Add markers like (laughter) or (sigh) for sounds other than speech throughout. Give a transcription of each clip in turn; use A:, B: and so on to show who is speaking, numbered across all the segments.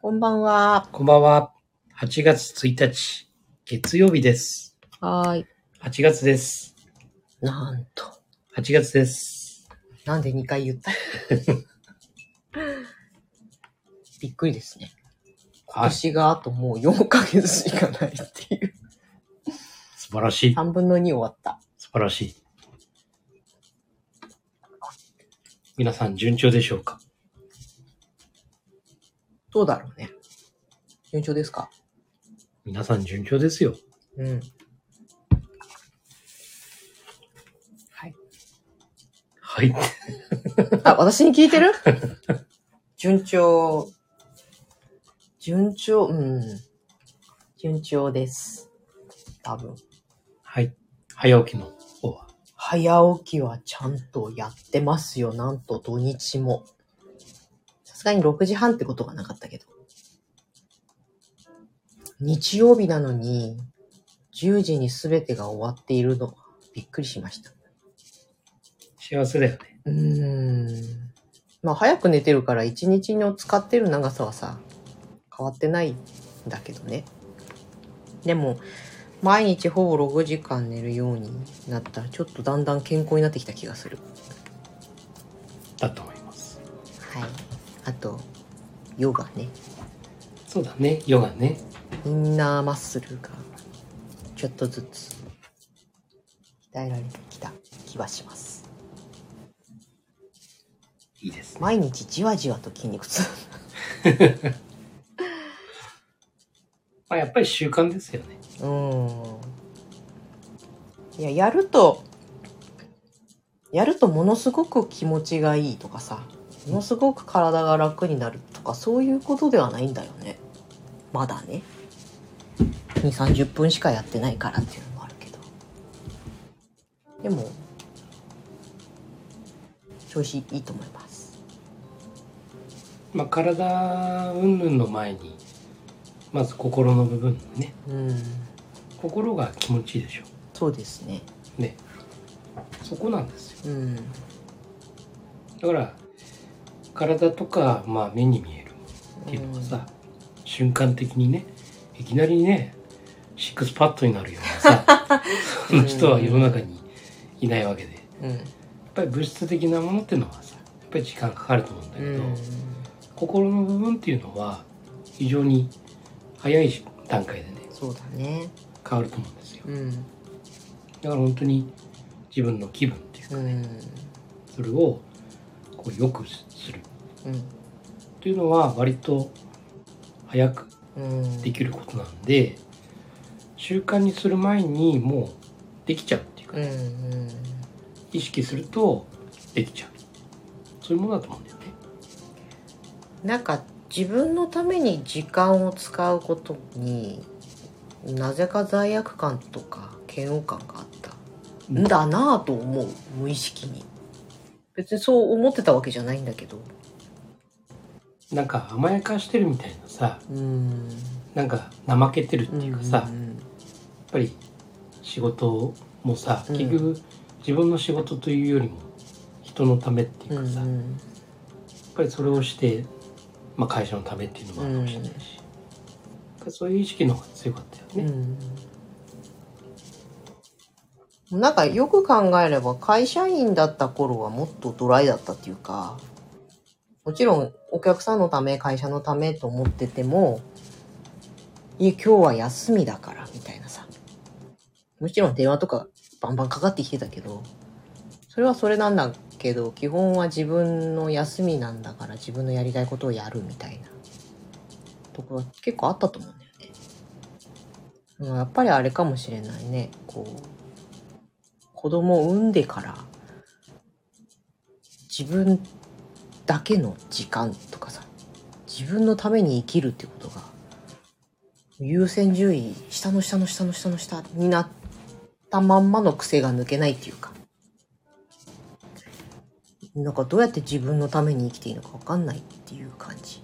A: こんばんは。
B: こんばんは。8月1日、月曜日です。
A: はーい。
B: 8月です。
A: なんと。
B: 8月です。
A: なんで2回言った (laughs) びっくりですね。今
B: はい。
A: 年があともう4ヶ月しかないっていう。
B: 素晴らしい。
A: 3分の2終わった。
B: 素晴らしい。皆さん順調でしょうか
A: どうだろうね。順調ですか
B: 皆さん順調ですよ。
A: うん。はい。
B: はい。
A: あ、私に聞いてる (laughs) 順調。順調、うん。順調です。多分。
B: はい。早起きの方は。
A: 早起きはちゃんとやってますよ。なんと土日も。さすがに6時半ってことがなかったけど。日曜日なのに、10時に全てが終わっているの、びっくりしました。
B: 幸せだよね。
A: うーん。まあ早く寝てるから一日の使ってる長さはさ、変わってないんだけどね。でも、毎日ほぼ6時間寝るようになったら、ちょっとだんだん健康になってきた気がする。
B: だと思います。
A: はい。あと、ヨガね。
B: そうだね。ヨガね。
A: インナーマッスルが、ちょっとずつ、鍛えられてきた気はします。
B: いいですね。
A: 毎日じわじわと筋肉痛。
B: まあ、やっぱり習慣ですよね。
A: うん。いや、やると、やるとものすごく気持ちがいいとかさ、ものすごく体が楽になるとか、そういうことではないんだよね。まだね。2、30分しかやってないからっていうのもあるけど。でも、調子いいと思います。
B: まあ、体云々の前に、まず心の部分ね。
A: うん。
B: 心が気持ちいいでしょ
A: そうですね。
B: う。ね。そこなんですよ。
A: うん。
B: だから体とか、まあ、目に見えるっていうのはさ、瞬間的にねいきなりねシックスパッドになるようなさ
A: (laughs)
B: その人は世の中にいないわけでや
A: うん。
B: っぱり物質的なものっていうのはさやっぱり時間かかると思うんだ
A: う
B: けど、
A: ん。
B: 心の部分っていうのは非常に早い段階でね
A: そうだね。
B: 変わると思うんですよ
A: うん。
B: だから本当に自分の気分っていうか
A: うん。
B: それをこうよくする
A: うん
B: っていうのは割と早く
A: うん
B: できることなんで習慣にする前にもうできちゃうっていうか、
A: うんうん、
B: 意識するとできちゃうそういうものだと思うんだよね
A: なんか自分のために時間を使うことになぜか罪悪感とか嫌悪感があったんだなぁと思う無意識に別にそう思ってたわけじゃないんだけど
B: なんか甘やかしてるみたいなさ
A: うん
B: なんか怠けてるっていうかさ、
A: う
B: やっ
A: ん
B: ぱり仕事もさ
A: うん
B: 結局自分の仕事というよりも人のためっていううかさ、
A: んう
B: やっ
A: ん
B: ぱりそれをして、まあ、会社のためっていうのもあるかもしれないし、そういう意識の方が強かったよね。
A: うんなんかよく考えれば会社員だった頃はもっとドライだったっていうか、もちろんお客さんのため、会社のためと思ってても、いや、今日は休みだからみたいなさ。もちろん電話とかバンバンかかってきてたけど、それはそれなんだけど、基本は自分の休みなんだから自分のやりたいことをやるみたいなとこは結構あったと思うんだよね。うんやっぱりあれかもしれないね。こう、子供を産んでから、自分だけの時間とかさ、自分のために生きるってことが、優先順位、下の下の下の下の下になったまんまの癖が抜けないっていうか、なんかどうやって自分のために生きていいのかわかんないっていう感じ。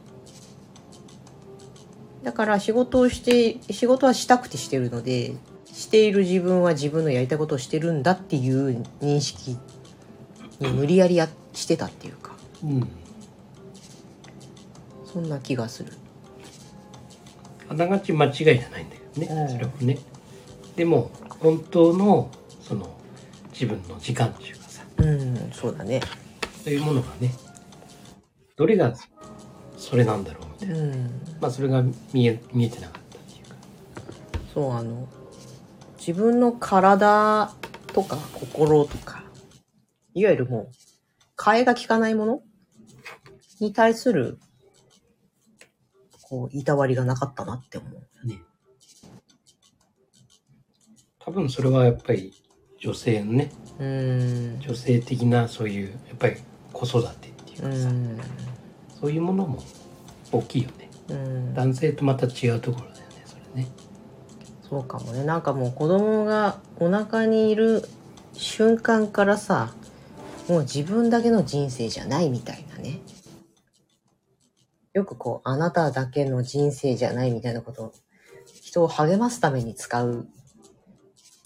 A: だから仕事をして仕事はしたくてしてるのでしている自分は自分のやりたいことをしてるんだっていう認識に無理やりやしてたっていうか
B: うん
A: そんな気がする
B: あながち間違いじゃないんだけどね、
A: うん
B: それもねでも本当のその自分の時間っていうかさ
A: うん、そうだね。
B: そういうものがねどれがそれなんだろうみた
A: う
B: いな、
A: ん。
B: まあそれが見え見えてなかったっていうか
A: そう、あの、自分の体とか心とか、いわゆるもう、替えが効かないものに対する、こう、いたわりがなかったなって思う。
B: ね多分それはやっぱり女性のね
A: うーん。
B: 女性的なそういうやっぱり子育てっていう
A: う
B: かさ、
A: ん。
B: そういうものも大きいよね
A: うん。
B: 男性とまた違うところだよねそれね
A: そうかもね。なんかもう子供がお腹にいる瞬間からさ、もう自分だけの人生じゃないみたいなね。よくこう、あなただけの人生じゃないみたいなことを、人を励ますために使う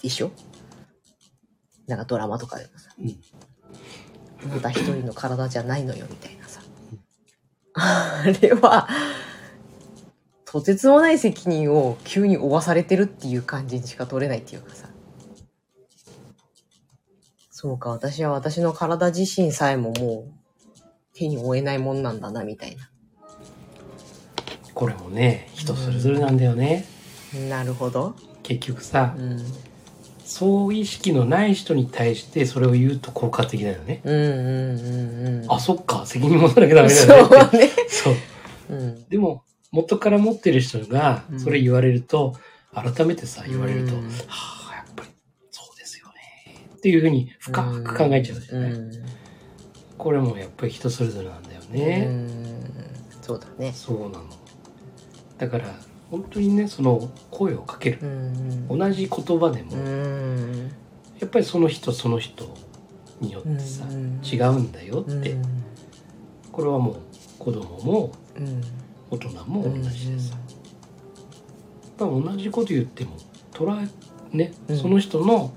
A: でしょなんかドラマとかでもさ、
B: うん
A: あなた一人の体じゃないのよみたいなさ。あれは、とてつもない責任を急に負わされてるっていう感じにしか取れないっていうかさ。そうか、私は私の体自身さえももう手に負えないもんなんだな、みたいな。
B: これもね人それぞれなんだよね、
A: なるほど。
B: 結局さ
A: うん。
B: そう意識のない人に対してそれを言うと効果的だよね、
A: うんうんうんうん。
B: あそっか責任持たなきゃダメだよねって
A: そうね。
B: そう
A: うん。
B: でも元から持ってる人が
A: うん
B: それ言われると、改めてさ言われると、
A: うん
B: はあやっぱりそうですよねっていうふうに深く考えちゃうじゃない、
A: うん
B: これもやっぱり人それぞれなんだよね、
A: うん。そうだね。
B: そうなのだから本当にねその声をかける
A: う、んうん。
B: 同じ言葉でも、
A: う
B: や
A: ん。
B: っぱりその人その人によってさ、
A: うん
B: 違うんだよって、
A: うん
B: これはもう子供も
A: うん。
B: 大人も同じでさ、やっぱ同じこと言っても捉えね、
A: うん
B: その人の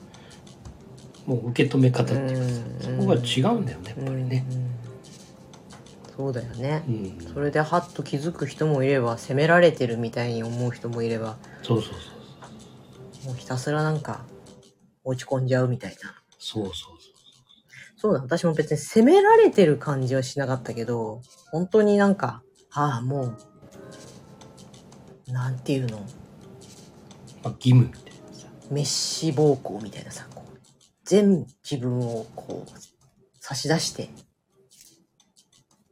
B: もう受け止め方っていうかさ、
A: うん
B: そこが違うんだよね
A: うん。
B: やっぱりね。
A: うん。そうだよね。
B: うん
A: それでハッと気づく人もいれば責められてるみたいに思う人もいれば
B: そうそうそう
A: もうひたすらなんか落ち込んじゃうみたいな
B: そうそうそう
A: そうだ私も別に責められてる感じはしなかったけど本当になんかああもうなんていうの
B: まあ、義務みたいなさ
A: メッシ暴行みたいなさこう全自分をこう差し出して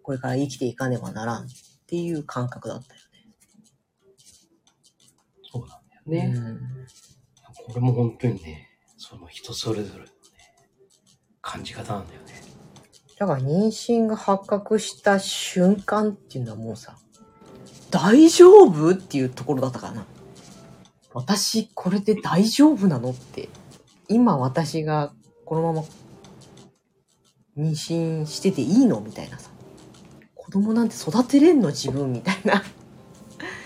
A: これから生きていかねばならんっていう感覚だったよ
B: そうなんだよね。
A: うん
B: これも本当にね、その人それぞれのね、感じ方なんだよね。
A: だから妊娠が発覚した瞬間っていうのはもうさ、大丈夫っていうところだったからな。私、これで大丈夫なのって。今私がこのまま妊娠してていいのみたいなさ。子供なんて育てれんの自分みたいな。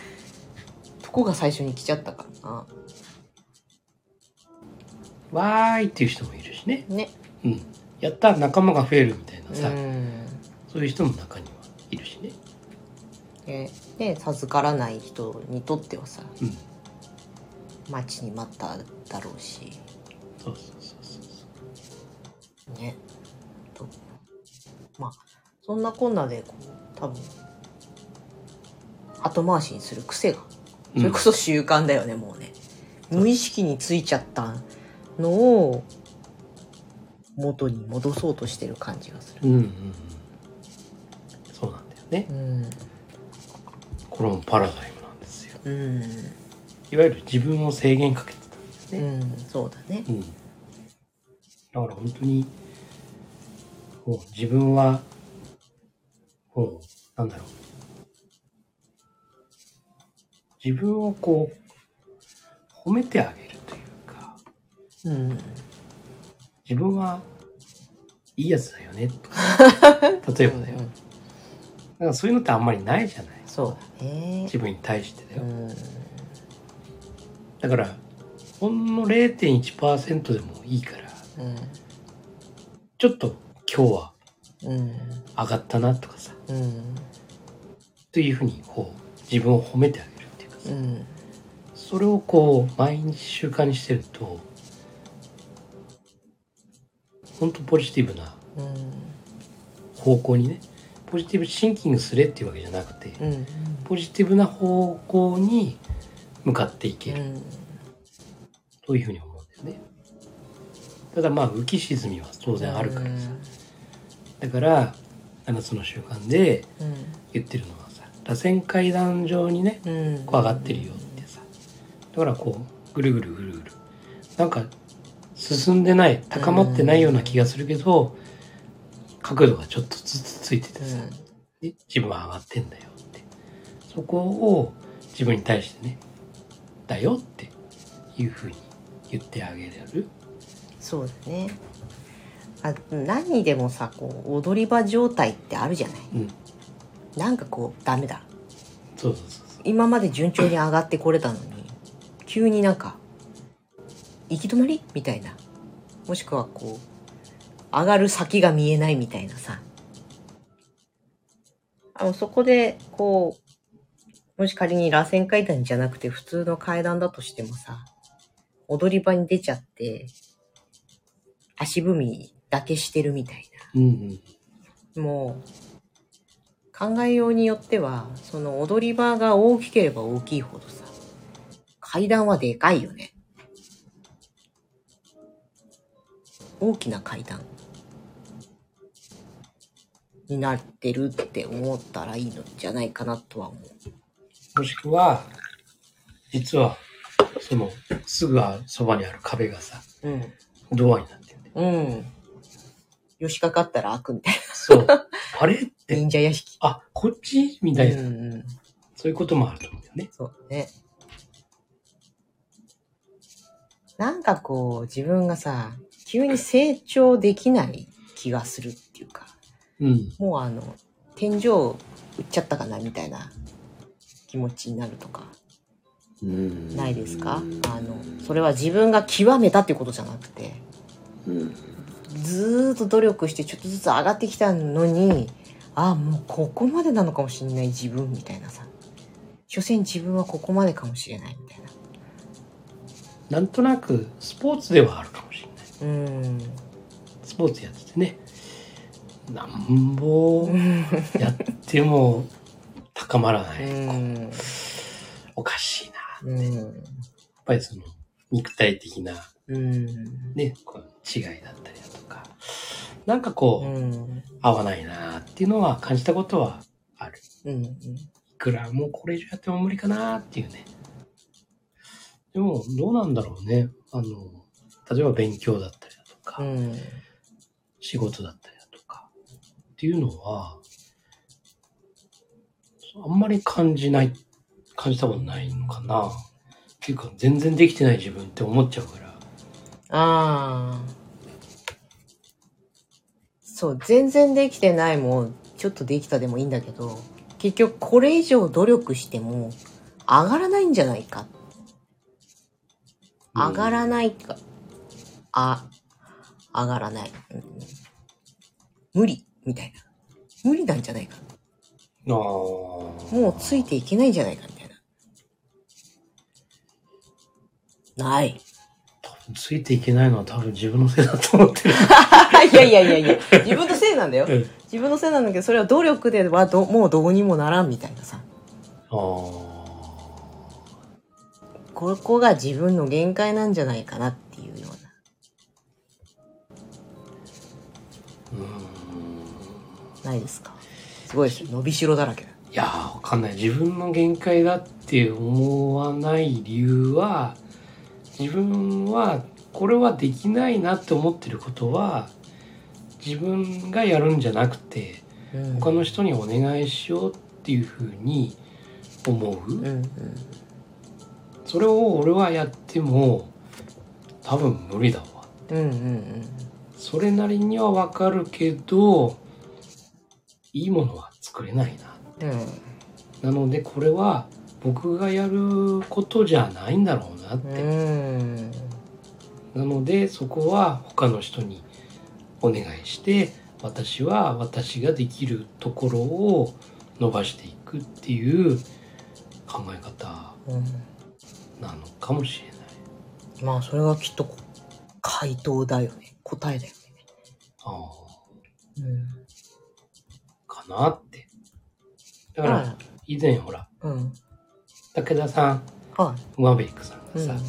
A: (laughs) とこが最初に来ちゃったからな。
B: わーいっていう人もいるしね。
A: ね。
B: うん。やった仲間が増えるみたいな
A: う
B: さ、
A: ん。
B: そういう人も中にはいるしね。
A: で、で授からない人にとってはさ、
B: うん。
A: 待ちに待っただろうし
B: そうそうそうそうそ
A: ねとまあそんなこんなでこう多分後回しにする癖が
B: う。
A: それこそ習慣だよね、もうね無意識についちゃったのを元に戻そうとしてる感じがする
B: うん、うんうんうん。そうなんだよね。
A: うん
B: これもパラダイムなんですよ。
A: うん
B: いわゆる自分を制限かけてたんです
A: う
B: ね。
A: んそうだね
B: うん。だから本当に、もう自分は、もう、なんだろう。自分をこう、褒めてあげるというか、
A: うん
B: 自分はいいやつだよね、と (laughs) か。例えばだよ。
A: うん
B: なんかそういうのってあんまりないじゃない
A: そうだね
B: 自分に対してだ
A: う
B: よ。
A: ん
B: だから、ほんの0.1%でもいいから、
A: う
B: ちょっと今日は
A: んうん
B: 上がったなとかさ、
A: うん
B: というふうにこう自分を褒めてあげるっていうか
A: うん
B: それをこう毎日習慣にしてると本当ポジティブな
A: うん
B: 方向にねポジティブシンキングすれっていうわけじゃなくて
A: うん
B: ポジティブな方向に向かっていけ
A: う
B: る
A: ん
B: というふうに思うんだよね。ただまあ浮き沈みは当然あるからさだから7つの習慣で言ってるのはさ螺旋階段状にね
A: うんうん
B: こう上がってるよってさだからこうぐるぐるぐるぐるなんか進んでない高まってないような気がするけど角度がちょっとずつついてて
A: う
B: さ
A: ん
B: で自分は上がってんだよってそこを自分に対してねだよっていうふうに言ってあげる
A: そうだねあ何にでもさこう踊り場状態ってあるじゃない
B: うん
A: なんかこうダメだ
B: そうそうそうそう
A: 今まで順調に上がってこれたのに急になんか行き止まりみたいなもしくはこう上がる先が見えないみたいなさあのそこでこうもし仮に螺旋階段じゃなくて普通の階段だとしてもさ踊り場に出ちゃって足踏みだけしてるみたいな
B: うんうん
A: もう考えようによってはその踊り場が大きければ大きいほどさ階段はでかいよね大きな階段になってるって思ったらいいのじゃないかなとは思
B: もしくは実はそのすぐそばにある壁がさ
A: ううん
B: ドアになってるんだよ
A: うんよしかかったら開くみたい
B: (laughs) そう。あれって
A: (laughs) な忍者屋敷
B: あ、こっちみ
A: う
B: た
A: ん
B: いな、
A: うん
B: そういうこともあると思うんだよね。
A: そうだね。なんかこう、自分がさ、急に成長できない気がするっていうか、
B: うん。
A: もうあの、天井売っちゃったかなみたいな気持ちになるとか、ないですかあの、それは自分が極めたっていうことじゃなくて、ずーっと努力してちょっとずつ上がってきたのにああもうここまでなのかもしれない自分みたいなさ所詮自分はここまでかもしれないみたいな
B: なんとなく、スポーツではあるかもしれない。
A: うーん
B: スポーツやっててね、なんぼやって
A: (laughs)
B: も高まらな
A: う
B: い。
A: ん
B: おかしいな。や
A: うん
B: っぱりその、肉体的な
A: うん
B: ね、こう違いだったりだとか、なんかこ
A: う
B: う、
A: ん
B: 合わないなっていうのは感じたことはある。
A: うん
B: いくらもうこれ以上やっても無理かなっていうね。でも、どうなんだろうね。あの、例えば勉強だったりだとか、
A: うん
B: 仕事だったりだとか、っていうのは、あんまり感じない、感じたことないのかな。っていうか、全然できてない自分って思っちゃうから。
A: ああそう全然できてないもんちょっとできたでもいいんだけど結局これ以上努力しても上がらないんじゃないか上がら
B: い。
A: ないか、あ、上がらない。うん無理、みたいな。無理なんじゃないか。
B: ああ。
A: も
B: も
A: うついていけないんじゃないか、みたいな。ない。
B: ついていけないのは多分自分のせいだと思ってる。
A: (laughs) いやいやいやいや、自分のせいなんだよ。 (laughs)
B: うん
A: 自分のせいなんだけど、それは努力ではどもうどうにもならんみたいなさ。
B: ああ。
A: ここが自分の限界なんじゃないかなっていうよう
B: うーん。
A: な。ないですかすごいですよ。伸びしろだらけだ。
B: いやー、わかんない。自分の限界だって思わない理由は、自分は、これはできないなって思ってることは、自分がやるんじゃなくて、
A: うん
B: 他の人にお願いしようっていうふうに思
A: うん
B: う。
A: うん。
B: それを俺はやっても、多分無理だわ。
A: うんうんうん。
B: それなりにはわかるけど、いいものは作れないな。
A: うん
B: なのでこれは僕がやることじゃないんだろうなっ
A: う
B: て、
A: ん
B: なのでそこは他の人にお願いして私は私ができるところを伸ばしていくっていう考え方
A: うん、
B: なのかもしれない
A: まあそれがきっとこ回答だよね答えだよ
B: あ
A: ね
B: あかなってだ
A: うん
B: から以前ほら
A: うんうん
B: 武田さん
A: は
B: ワンベリックさん
A: い
B: がさ、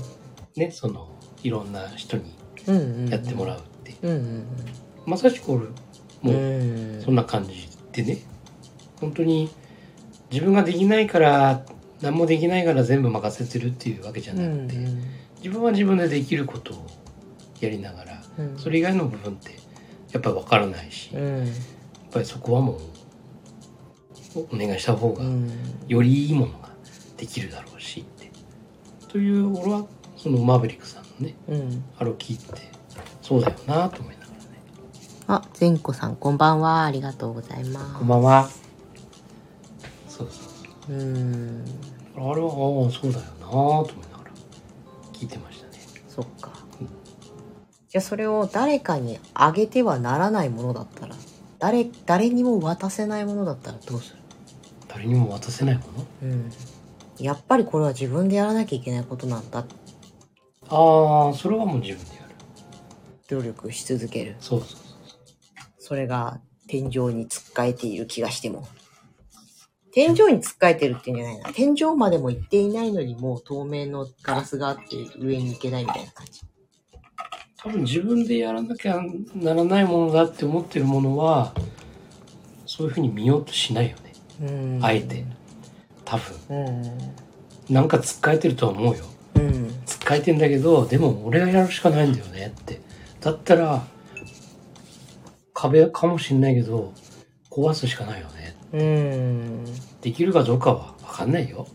B: ねそのいろんな人に
A: うんうんうん
B: やっても
A: う
B: らうって、
A: うんうん
B: まさしく
A: う
B: 俺
A: ん
B: も
A: うん
B: そんな感じでね本当に自分ができないから何もできないから全部任せてるっていうわけじゃなくて、
A: うん
B: 自分は自分でできることをやりながら
A: うん
B: それ以外の部分ってやっぱり分からないし、
A: う
B: やっ
A: ん
B: ぱりそこはもうお願いした方
A: う
B: が
A: ん
B: よりいいものができるだろうしって。という俺はそのマーヴェリックさんのね
A: うん
B: あれを聞いてそうだよなと思いながらね。
A: あ善子さんこんばんはありがとうございます
B: こんばんは。そうそう
A: うん
B: あれはああそうだよなと思いながら聞いてましたね。
A: そっかじゃあそれを誰かにあげてはならないものだったら誰誰にも渡せないものだったらどうする
B: 誰にも渡せないもの
A: うんやっぱりこれは自分でやらなきゃいけないことなんだ
B: ああそれはもう自分でやる。
A: 努力し続ける
B: そうそうそう。
A: それが天井につっかえている気がしても天井につっかえてるっていうんじゃないな天井までも行っていないのにもう透明のガラスがあって上に行けないみたいな感じ
B: 多分自分でやらなきゃならないものだって思ってるものはそういうふうに見ようとしないよね
A: うん
B: あえて多分
A: うん
B: なんかつっかえてるとは思うよ
A: うん
B: つっかえてんだけどでも俺がやるしかないんだよねってだったら壁かもしんないけど壊すしかないよね
A: うん
B: できるかどうかは分かんないよ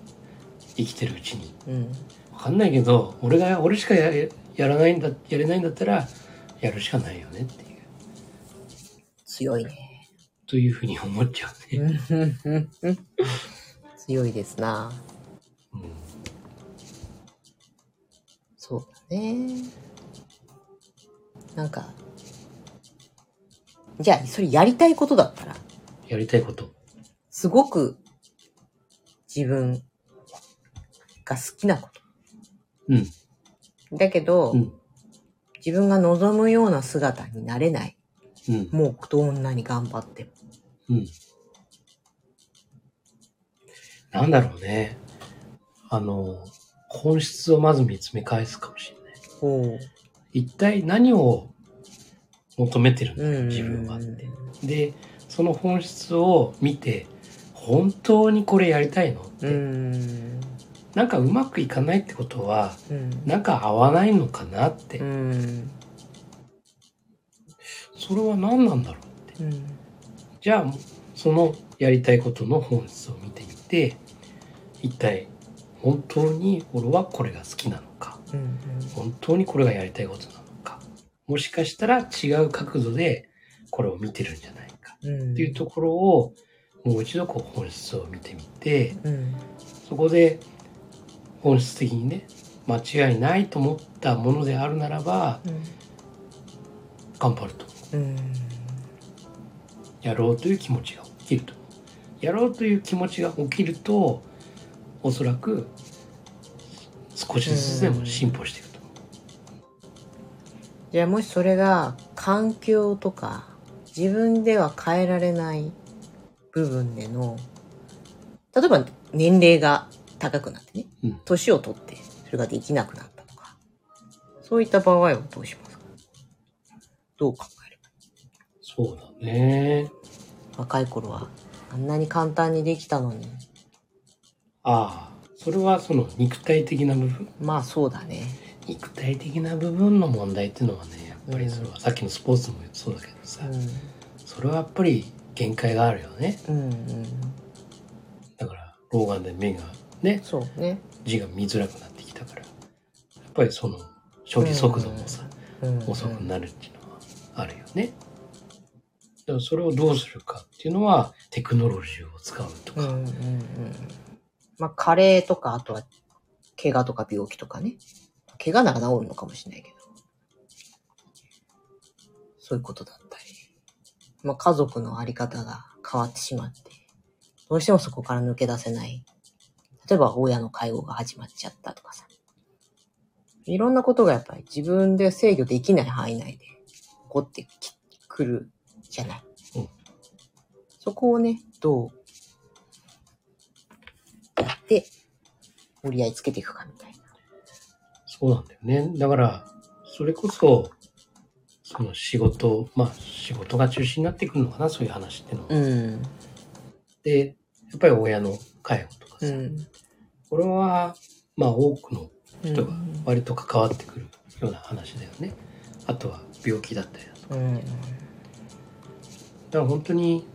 B: 生きてるうちに
A: うん
B: 分かんないけど俺が俺しかややらないんだやれないんだったらやるしかないよねっていう
A: 強いね
B: というふうに思っちゃうね、
A: 強いですな
B: うん
A: そうだねなんかじゃあそれやりたいことだったら
B: やりたいこと。
A: すごく自分が好きなこ
B: うん。
A: とだけど、
B: うん。
A: 自分が望むような姿になれない
B: うん。
A: もうどんなに頑張っても
B: うん。なんだろうね。あの、本質をまず見つめ返すかもしれない。
A: ほ
B: 一体何を求めてるん
A: う
B: だ
A: う
B: ろうん自分はって。で、その本質を見て、本当にこれやりたいのっ
A: う
B: て、
A: ん
B: なんかうまくいかないってことは、
A: うん
B: なんか合わないのかなって、
A: うん
B: それは何なんだろうって。
A: うん
B: じゃあそのやりたいことの本質を見てみて一体本当に俺はこれが好きなのか
A: うん
B: 本当にこれがやりたいことなのかもしかしたら違う角度でこれを見てるんじゃないか
A: うん
B: っていうところをもう一度こう本質を見てみて
A: うん
B: そこで本質的にね間違いないと思ったものであるならば
A: うん
B: 頑張ると
A: うん
B: やろうという気持ちが起きるとやろうという気持ちが起きるとおそらく少しずつでも進歩していくと
A: じゃあもしそれが環境とか自分では変えられない部分での例えば年齢が高くなってね
B: うん
A: 年を取ってそれができなくなったとかそういった場合はどうしますかどう考える
B: そうだね
A: 若い頃はあんなに簡単にできたのに
B: ああそれはその肉体的な部分
A: まあそうだね
B: 肉体的な部分の問題っていうのはねやっぱりそれはさっきのスポーツもそうだけどさそれはやっぱり限界があるよね
A: うんうんうん
B: だから老眼で目がね
A: そうね
B: 字が見づらくなってきたからやっぱりその処理速度もさ、
A: うんうん
B: 遅くなるっていうのはあるよね。だからそれをどうするかっていうのはテクノロジーを使うと
A: う
B: か、
A: んうんうんまあ、加齢とか、あとは、怪我とか病気とかね。怪我なら治るのかもしれないけど。そういうことだったり。まあ、家族のあり方が変わってしまって、どうしてもそこから抜け出せない。例えば親の介護が始まっちゃったとかさ。いろんなことがやっぱり自分で制御できない範囲内で起こってきくるじゃない。
B: うん
A: そこをね、どうやって折り合いつけていくかみたいな。
B: そうなんだよね。だから、それこそ、その仕事、まあ仕事が中心になってくるのかな、そういう話ってのは。
A: うん。
B: で、やっぱり親の介護とかさ、
A: うん。
B: これは、まあ多くの人
A: う
B: が
A: ん
B: 割と関わってくるような話だよね。あとは病気だったりだとか。
A: うん。
B: だから本当に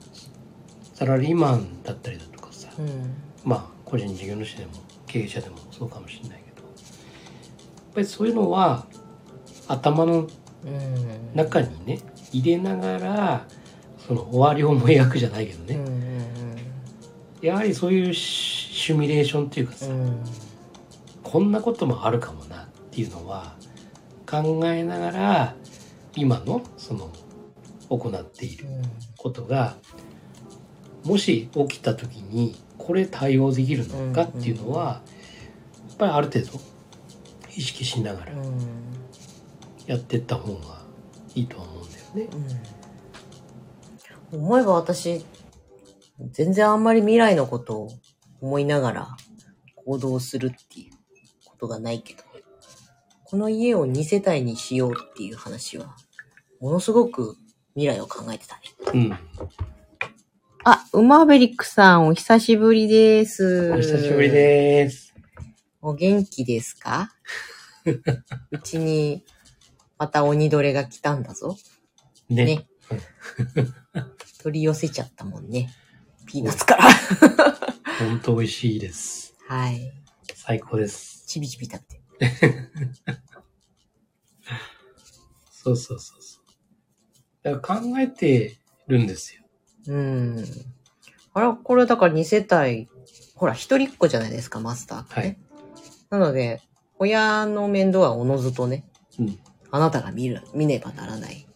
B: サラリーマンだったりだとかさ、
A: うん。
B: まあ個人事業主でも経営者でもそうかもしれないけどやっぱりそういうのは頭の
A: うん。
B: 中にね入れながらその終わりを思い描くじゃないけど
A: うん
B: ね、やはりそういうシシミュレーションっていうかさ、
A: うんうん。
B: こんなこともあるかもなっていうのは考えながら今のその行っていることがもし起きた時にこれ対応できるのかっていうのは、やっぱりある程度意識しながら
A: うん。うん
B: やってった方がいいとは思うんだよね。
A: うん思えば私、全然あんまり未来のことを思いながら行動するっていうことがないけど、この家を2世帯にしようっていう話は、ものすごく未来を考えてたね。
B: うん、
A: あ、ウマーベリックさんお久しぶりです。
B: お久しぶりです。
A: お元気です
B: (laughs)
A: かうちにまた鬼どれが来たんだぞ。
B: ね。
A: ね取り寄せちゃったもんね。ピーナッツから。
B: 本当美味しいです。
A: はい。
B: 最高です。
A: ちびちび食べて。
B: そうそうそうそう。だから考えてるんですよ。
A: うん。あら、これだから2世帯、ほら、一人っ子じゃないですか、マスターって、ね。なので、親の面倒はおのずとね、
B: うん。
A: あなたが見る、見ねばならない。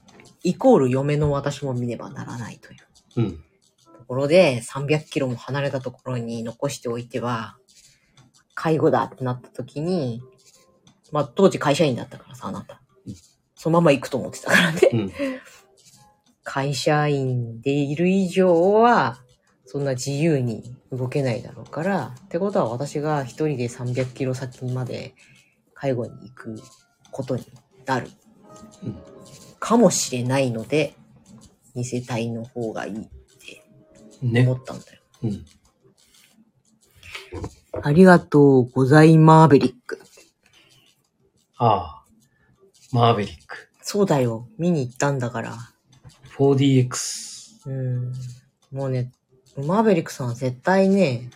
A: イコール嫁の私も見ねばならないという
B: うん。
A: ところで、300キロも離れたところに残しておいては、介護だってなった時に、まあ、当時会社員だったからさ、あなた
B: うん。
A: そのまま行くと思ってたからね。 (laughs)
B: うん。
A: 会社員でいる以上は、そんな自由に動けないだろうから、ってことは私が一人で300キロ先まで介護に行くことになる
B: うん。
A: かもしれないので、二世帯の方がいいって思
B: ね。
A: ったんだよ。
B: うん。
A: ありがとうございマーベリック。
B: ああ。マーベリック。
A: そうだよ。見に行ったんだから。
B: 4DX。
A: うん。もうね、マーベリックさんは絶対ね、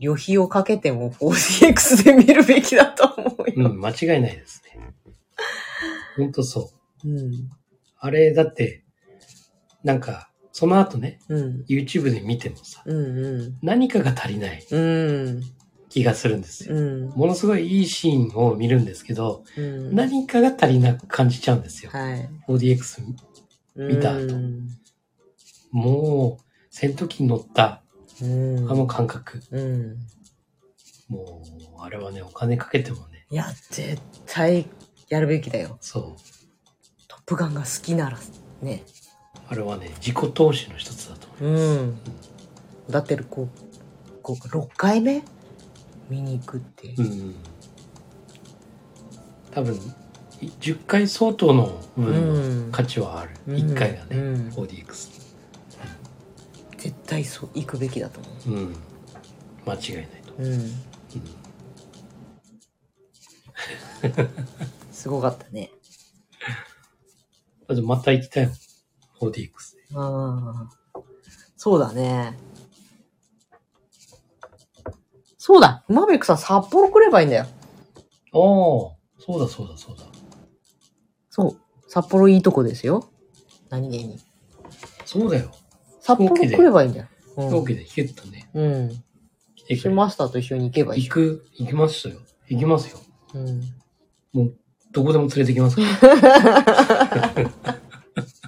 A: 旅費をかけて (laughs) も 4DX で見るべきだと思うよ。
B: うん、間違いないですね。ほんとそう。
A: うん。
B: あれ、だって、なんか、その後ね、
A: うん。
B: YouTube で見てもさ、
A: うん。
B: 何かが足りない
A: うん。うん。
B: 気がするんですよ。
A: うん。
B: ものすごいいいシーンを見るんですけど、
A: うん。
B: 何かが足りなく感じちゃうんですよ。
A: はい。
B: 4DX、見た後
A: うん。
B: もう、戦闘機に乗った、
A: うん。
B: あの感覚。
A: うん。
B: もう、あれはね、お金かけてもね、
A: いや、絶対やるべきだよ。
B: そう。
A: トップガンが好きなら、ね。
B: あれはね、自己投資の一つだと思います。
A: うん。だって、こう、こう、6回目見に行くって。
B: うん多分い10回相当の部分の価値はあ
A: う
B: る、
A: ん
B: 1回が
A: う
B: ね、
A: ん
B: 4DX
A: 絶対そう、行くべきだと思う。
B: うん間違いないと、
A: うん。
B: うん
A: すごかったね。
B: あとまた行きたいもん 4DX
A: ああ。そうだね。そうだマーベリックさん札幌来ればいいんだよ。
B: ああそうだそうだそうだ
A: そう。札幌いいとこですよ。何気に。
B: そうだよ
A: 札幌来ればいいんだよ。
B: 飛行機で行けたね
A: うん。うん。
B: 来て
A: そ
B: く
A: れ
B: れ
A: マスターと一緒に行けばいい
B: 行。く行きましたよ行きますよ
A: うん。
B: もうどこでも連れてきますから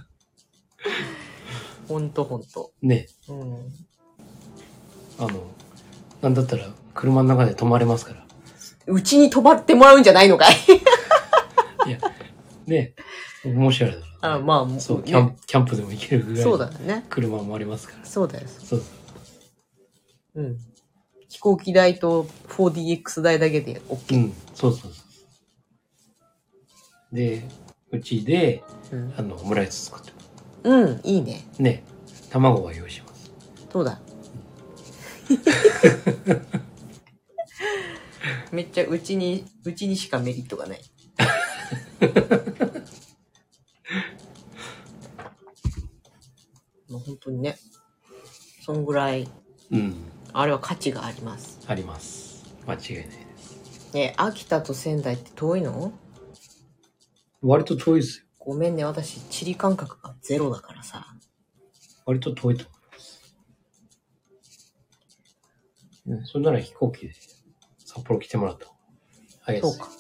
A: (laughs) ほんとほんと。
B: ね
A: うん。
B: あのなんだったら車の中で泊まれますから。
A: うちに泊まってもらうんじゃないのかい
B: いや、ね、もしあれだら、
A: あまあ
B: そう、
A: ね
B: キャンプ、キャンプでも行けるぐらい
A: そう
B: の
A: だね。
B: 車もありますから。
A: そうだよ。
B: そうそ
A: う
B: う
A: ん。飛行機代と 4DX 代だけで OK。
B: うん、そうそうそう。で、うちで、
A: うん。
B: あの、オムライス作ってま
A: うん、いいね。
B: す。ね、卵は用意します。
A: そう (laughs) だ。めっちゃうちに、うちにしかメリットが (laughs) ない。もう本当にね、そんぐらい、
B: うん、
A: あれは価値があります。
B: あります。間違いないです。
A: ねえ秋田と仙台って遠いの
B: 割と遠いですよ。
A: ごめんね、私、地理感覚がゼロだからさ。
B: 割と遠いと思います。
A: うん
B: それなら飛行機で札幌来てもらった方が早いです
A: そ
B: よ。
A: うか。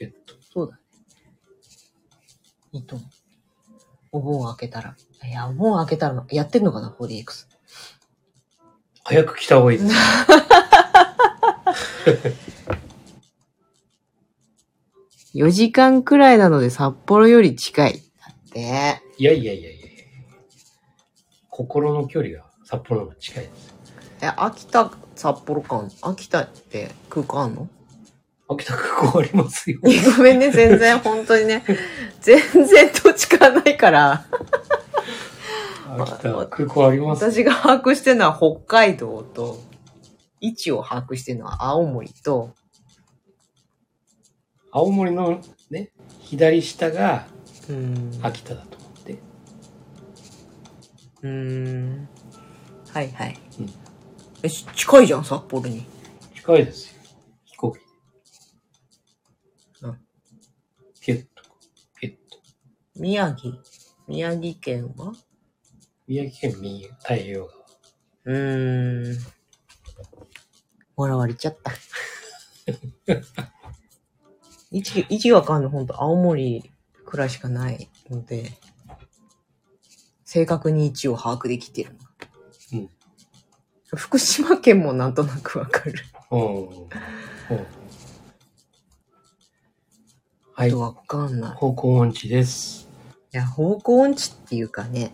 B: えっと
A: そうだね。いいと思う。お盆開けたら。いや、お盆開けたらの、やってんのかな、4DX。
B: 早く来た方がいいです。
A: 4時間くらいなので札幌より近い。だって。
B: いやいやいやいやいや心の距離が札幌の方が近いです。
A: え、秋田、札幌間、秋田って空港あん (laughs) の
B: 秋田空港ありますよ。
A: ごめんね、全然、本当にね。全然土地勘ないから。
B: 秋田空港あります。
A: 私が把握してるのは北海道と、位置を把握してるのは青森と、
B: 青森のね、左下が
A: うん
B: 秋田だと思って。
A: うーん。はいはい。
B: うん
A: え、し近いじゃん、札幌に。
B: 近いですよ。飛行機。
A: うん。
B: ピュッと、ピュッと。
A: 宮城。宮城県は
B: 宮城県右、太平洋側。
A: うーん。笑われちゃった。 (laughs) 位置、位置がわかんない。ほんと、青森くらいしかないので、正確に位置を把握できてる。
B: うん。
A: 福島県もなんとなくわかる。
B: うん。うんはい。
A: わかんない。
B: 方向音痴です。
A: いや、方向音痴っていうかね、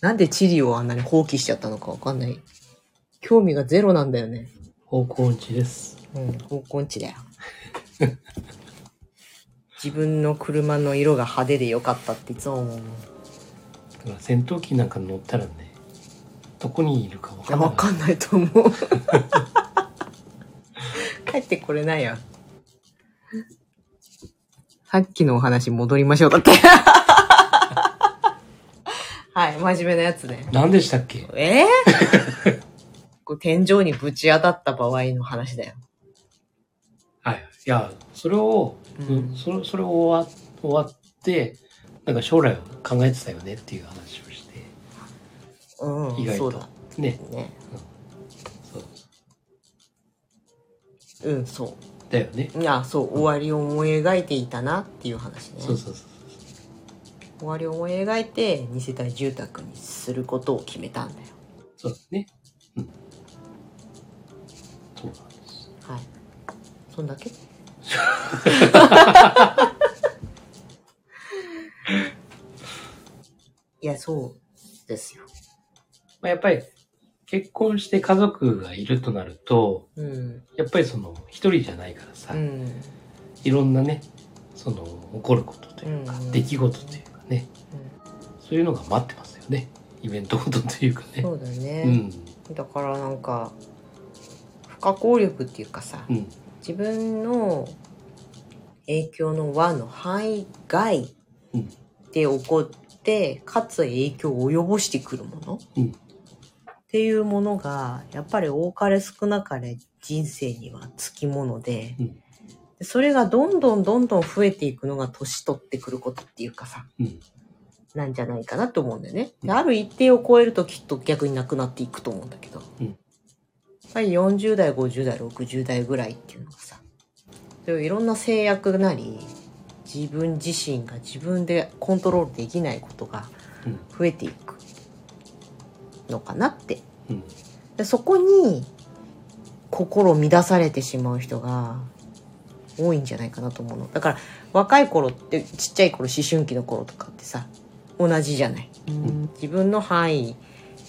A: なんで地理をあんなに放棄しちゃったのかわかんない。興味がゼロなんだよね。
B: 方向音痴です。
A: うん、方向音痴 (laughs) だよ。自分の車の色が派手でよかったっていつも思う。い
B: だから戦闘機なんか乗ったらね、どこにいるかわか
A: や、
B: んない。
A: わかんないと思う。 (laughs) 帰ってこれないや。さっきのお話戻りましょう。だって。 (laughs) はい、真面目なやつね。
B: 何でしたっけ
A: えー、こう天井にぶち当たった場合の話だよ。
B: はい。いや、それを、
A: う
B: うんん、それ、それを終わ終わって、なんか将来を考えてたよねっていう話をし
A: うん、
B: 意外
A: そ
B: と
A: うだ。
B: て。ね。
A: ね。
B: そう。
A: うん、そ
B: だよね。
A: う。いや、そう、終わりを思い描いていたなっていう話ね。
B: そうそうそう。
A: 終わりを思い描いて、二世帯住宅にすることを決めたんだよ。
B: そうですね。うん。そうなんです。
A: はい。そんだ
B: (laughs)
A: けいや、そうですよ。
B: まあ、やっぱり、結婚して家族がいるとなると、
A: うん。
B: やっぱりその、一人じゃないからさ、
A: うん。
B: いろんなね、その、起こることというか、
A: うん
B: 出来事というかね、そういうのが待ってますよね。イベントごとというかね。
A: そうだね。
B: うん。
A: だからなんか不可抗力っていうかさ
B: うん。
A: 自分の影響の輪の範囲外
B: うん
A: で起こってかつ影響を及ぼしてくるもの、
B: うん
A: っていうものがやっぱり多かれ少なかれ人生にはつきもので,、
B: うん
A: でそれがどんどんどんどん増えていくのが年取ってくることっていうかさ
B: うん。
A: なんじゃないかなと思うんだよね。
B: うん
A: である一定を超えるときっと逆になくなっていくと思うんだけど、
B: うん
A: やっぱり40代50代60代ぐらいっていうのがさそういういろんな制約なり自分自身が自分でコントロールできないことが
B: うん
A: 増えていくのかなって
B: うん。
A: でそこに心乱されてしまう人が多いんじゃないかなと思うのだから若い頃ってちっちゃい頃思春期の頃とかってさ同じじゃない
B: ん
A: 自分の範囲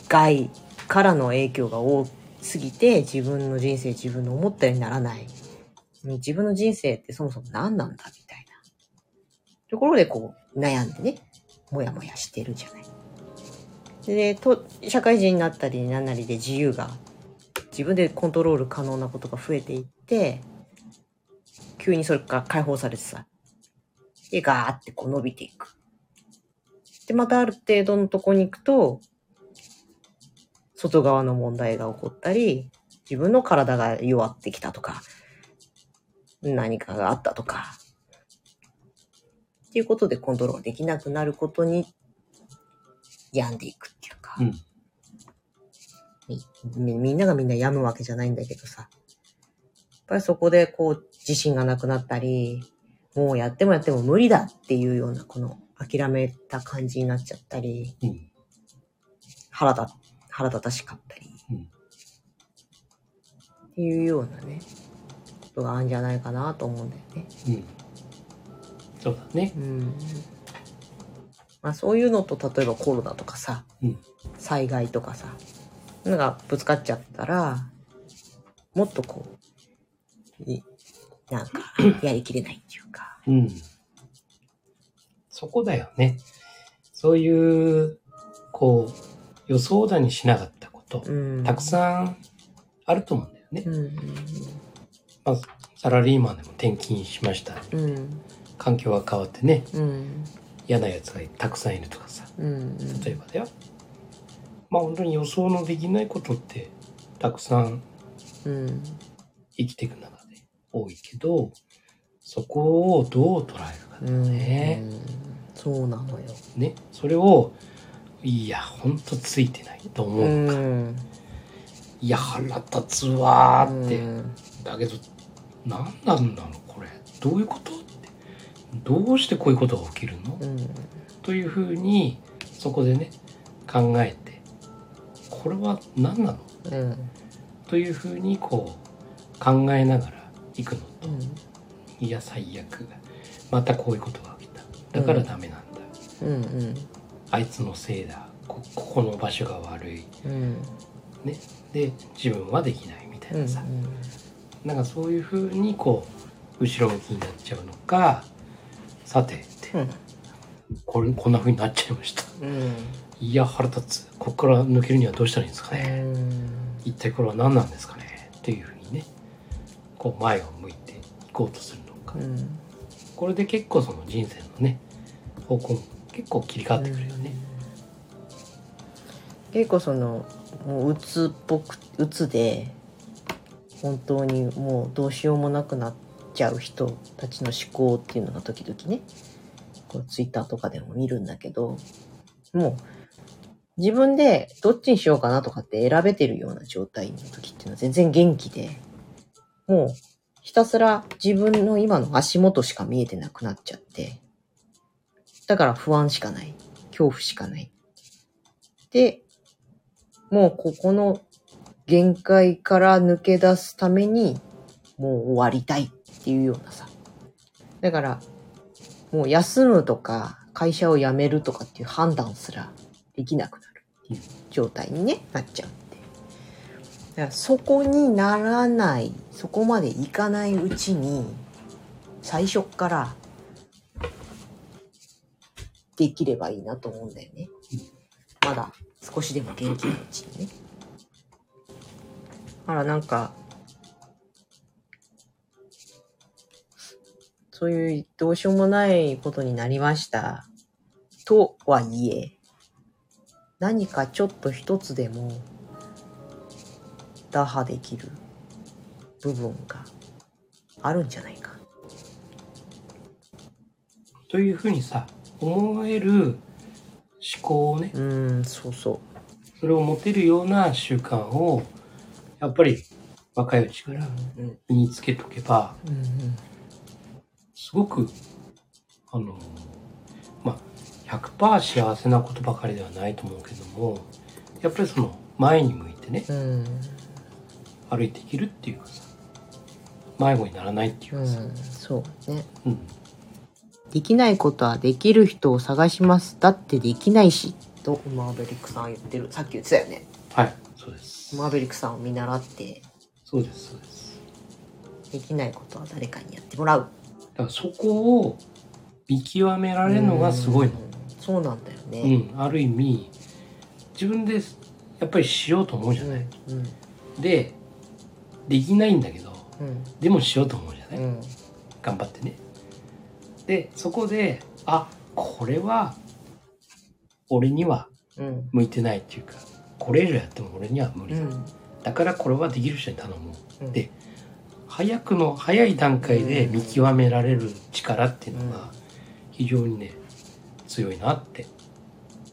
A: 外からの影響が多すぎて自分の人生自分の思ったようにならないうん自分の人生ってそもそも何なんだみたいなところでこう悩んでねもやもやしてるじゃない。でと社会人になったりなんなりで自由が自分でコントロール可能なことが増えていって急にそれから解放されてさでガーってこう伸びていく。でまたある程度のとこに行くと外側の問題が起こったり自分の体が弱ってきたとか何かがあったとかっていうことでコントロールできなくなることに病んでいくっていうか、
B: うん
A: みみんながみんな病むわけじゃないんだけどさやっぱりそこでこう自信がなくなったりもうやってもやっても無理だっていうようなこの諦めた感じになっちゃったり
B: うん
A: 腹立腹立たしかったり、
B: うん
A: っていうようなねことがあるんじゃないかなと思うんだよね。
B: うんそうだね
A: うんまあ、そういうのと例えばコロナとかさ、
B: うん
A: 災害とかさなんかぶつかっちゃったらもっとこういなんかやりきれないっていうか。
B: うんそこだよねそういうこう予想だにしなかったこと
A: うん、
B: たくさんあると思うんだよね
A: う、ん
B: まあ、サラリーマンでも転勤しました
A: うんうん
B: 環境が変わってね
A: うん
B: 嫌なやつがたくさんいるとかさ
A: うん
B: 例えばだよまあ本当に予想のできないことってたくさん
A: うん
B: 生きていく中で多いけどそこをどう捉えるか
A: う
B: だ
A: ん
B: ね、
A: そうなのよ。
B: ねそれをいやほんとついてないと思う、
A: うん
B: いや腹立つわーって、
A: うん
B: だけど何なんだろうこれどういうことってどうしてこういうことが起きるの、
A: うん
B: というふうにそこでね考えてこれは何なの
A: うん
B: というふうにこう考えながら行くのと、
A: うん
B: いや最悪またこういうことが起きただからダメなんだ、
A: うんうん
B: あいつのせいだこここの場所が悪い
A: うん
B: ねで自分はできないみたいなさ、なんかそういうふうにこう後ろ向きになっちゃうのかさてってこれこんなふうになっちゃいました
A: うん
B: いや腹立つここから抜けるにはどうしたらいいんですかね、一体これは何なんですかねっていうふうにねこう前を向いていこうとするのか、
A: うん
B: これで結構その人生のね方向も結構切り替わってくるよね。
A: 結構そのもう鬱っぽく鬱で本当にもうどうしようもなくなっちゃう人たちの思考っていうのが時々ねこうツイッターとかでも見るんだけどもう自分でどっちにしようかなとかって選べてるような状態の時っていうのは全然元気でもうひたすら自分の今の足元しか見えてなくなっちゃってだから不安しかない恐怖しかないでもうここの限界から抜け出すために、もう終わりたいっていうようなさ。だから、もう休むとか、会社を辞めるとかっていう判断すらできなくなるっていう状態にね、なっちゃうっていう。だからそこにならない、そこまでいかないうちに、最初っから、できればいいなと思うんだよね。まだ少しでも元気なうちにね。あら、なんか、そういうどうしようもないことになりました。とはいえ、何かちょっと一つでも打破できる部分があるんじゃないか。
B: というふうにさ思える思考をね
A: うーん、そうそ
B: それを持てるような習慣をやっぱり若いうちから
A: う。うん、
B: 身につけとけば
A: うん、
B: すごくあのまあ100%幸せなことばかりではないと思うけどもやっぱりその前に向いてね
A: うん、
B: あ歩いていけるっていうかさ迷子にならないっていう
A: う
B: かさ、
A: ん、そうね。
B: うん
A: できないことはできる人を探します。だってできないし。と、マーベリックさんは言ってる。さっき言ってたよね。
B: はいそうです
A: マーベリックさんを見習って、
B: そうですそうです
A: できないことは誰かにやってもらう。
B: だからそこを見極められるのがすごいの
A: うんそうなんだよ
B: う
A: ね。
B: ん、ある意味自分でやっぱりしようと思うじゃない、
A: うん。うん。
B: でできないんだけど
A: うん。
B: でもしようと思うじゃない、
A: うん。
B: 頑張ってねでそこであこれは俺には
A: うん。
B: 向いてないっていうかこれ以上やっても俺には無理
A: う
B: だ、
A: ん。
B: だからこれはできる人に頼もう
A: うん
B: で早くの早い段階で見極められる力っていうの
A: うん
B: が非常にね強いなって、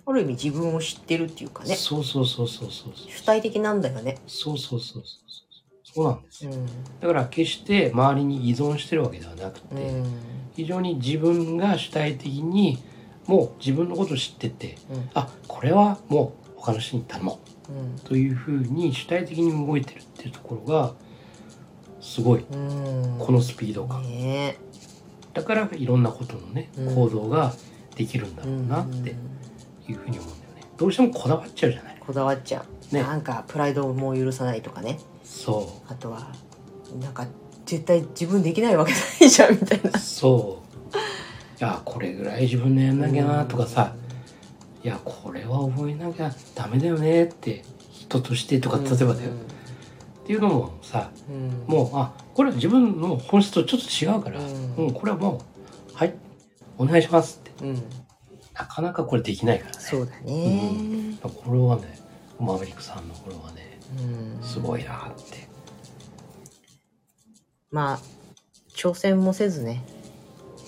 A: ある意味自分を知ってるっていうかね。
B: そうそうそうそうそうそう
A: 主体的なんだよね。
B: そうそうそうそうそうそうなんです
A: う
B: よ
A: ん。
B: だから決して周りに依存してるわけではなくて、
A: うん。
B: 非常に自分が主体的にもう自分のことを知ってて
A: うん。
B: あこれはもう他の人に頼もうというふうに主体的に動いてるっていうところがすごい
A: うん。
B: このスピード感
A: ね
B: だからいろんなことのね
A: うん
B: 行動ができるんだ
A: う。
B: ろうんなっていうふうに思うんだよねどうしてもこだわっちゃうじゃない
A: こだわっちゃう、
B: ね
A: なんかプライドをもう許さないとかね
B: そう
A: あとはなんか絶対自分できないわけないじゃんみたいな
B: そういやこれぐらい自分でやんなきゃなとかさ、いやこれは覚えなきゃダメだよねって人としてとか例えばだよ、っていうのもさ
A: うん、うん
B: もうあこれは自分の本質とちょっと違うか
A: う
B: ら、
A: ん
B: うんこれはもうはいお願いしますって
A: うん、
B: なかなかこれできないからね
A: そうだね、うん
B: これはねマーヴェリックさんのこれはねすごいなって
A: まあ挑戦もせずね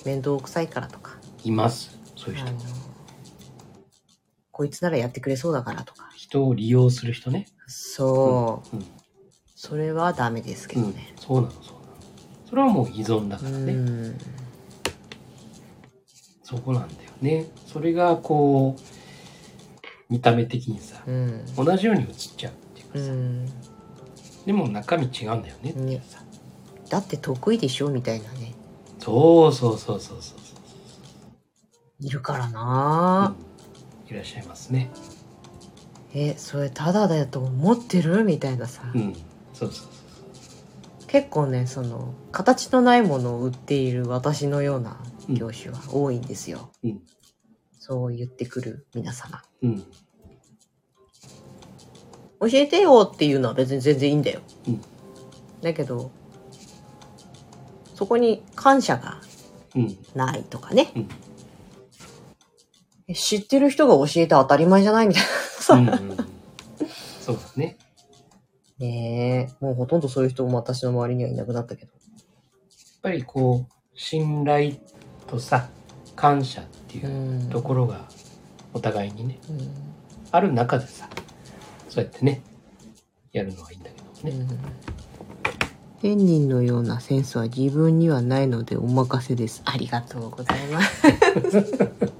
A: 面倒くさいからとか
B: いますそういう
A: あ
B: 人
A: のこいつならやってくれそうだからとか
B: 人を利用する人ね
A: そう、
B: うん
A: それはダメですけ
B: う
A: ど
B: ん
A: ね、
B: そうなのそうなのそれはもう依存だからね、
A: うん
B: そこなんだよね。それがこう、見た目的にさ、
A: うん
B: 同じように映っちゃうっていうか
A: う
B: さ、
A: ん
B: でも中身違うんだよねっていうさ。
A: だって得意でしょみたいなね
B: そうそうそうそうそうそう。
A: いるから
B: う
A: な、
B: んいらっしゃいますね。
A: えそれただだと思ってるみたいなさ、
B: うん。そうそうそう
A: 結構ねその形のないものを売っている私のような業種は多いんですよ、
B: そう。うん。
A: そう言ってくる皆様
B: うん。
A: 教えてよっていうのは別に全然いいんだよ、
B: うん
A: だけどそこに感謝が
B: うん。
A: ないとかね、
B: うん
A: え知ってる人が教えて当たり前じゃないみたいなさ、
B: うんうんうん。そうだね。
A: ねえもうほとんどそういう人も私の周りにはいなくなったけど
B: やっぱりこう、信頼とさ、感謝っていう
A: うん
B: ところが、お互いにね、
A: うん
B: ある中でさ、そうやってね、やるのはいいんだけどね。
A: 天人のようなセンスは自分にはないのでお任せです。ありがとうございます。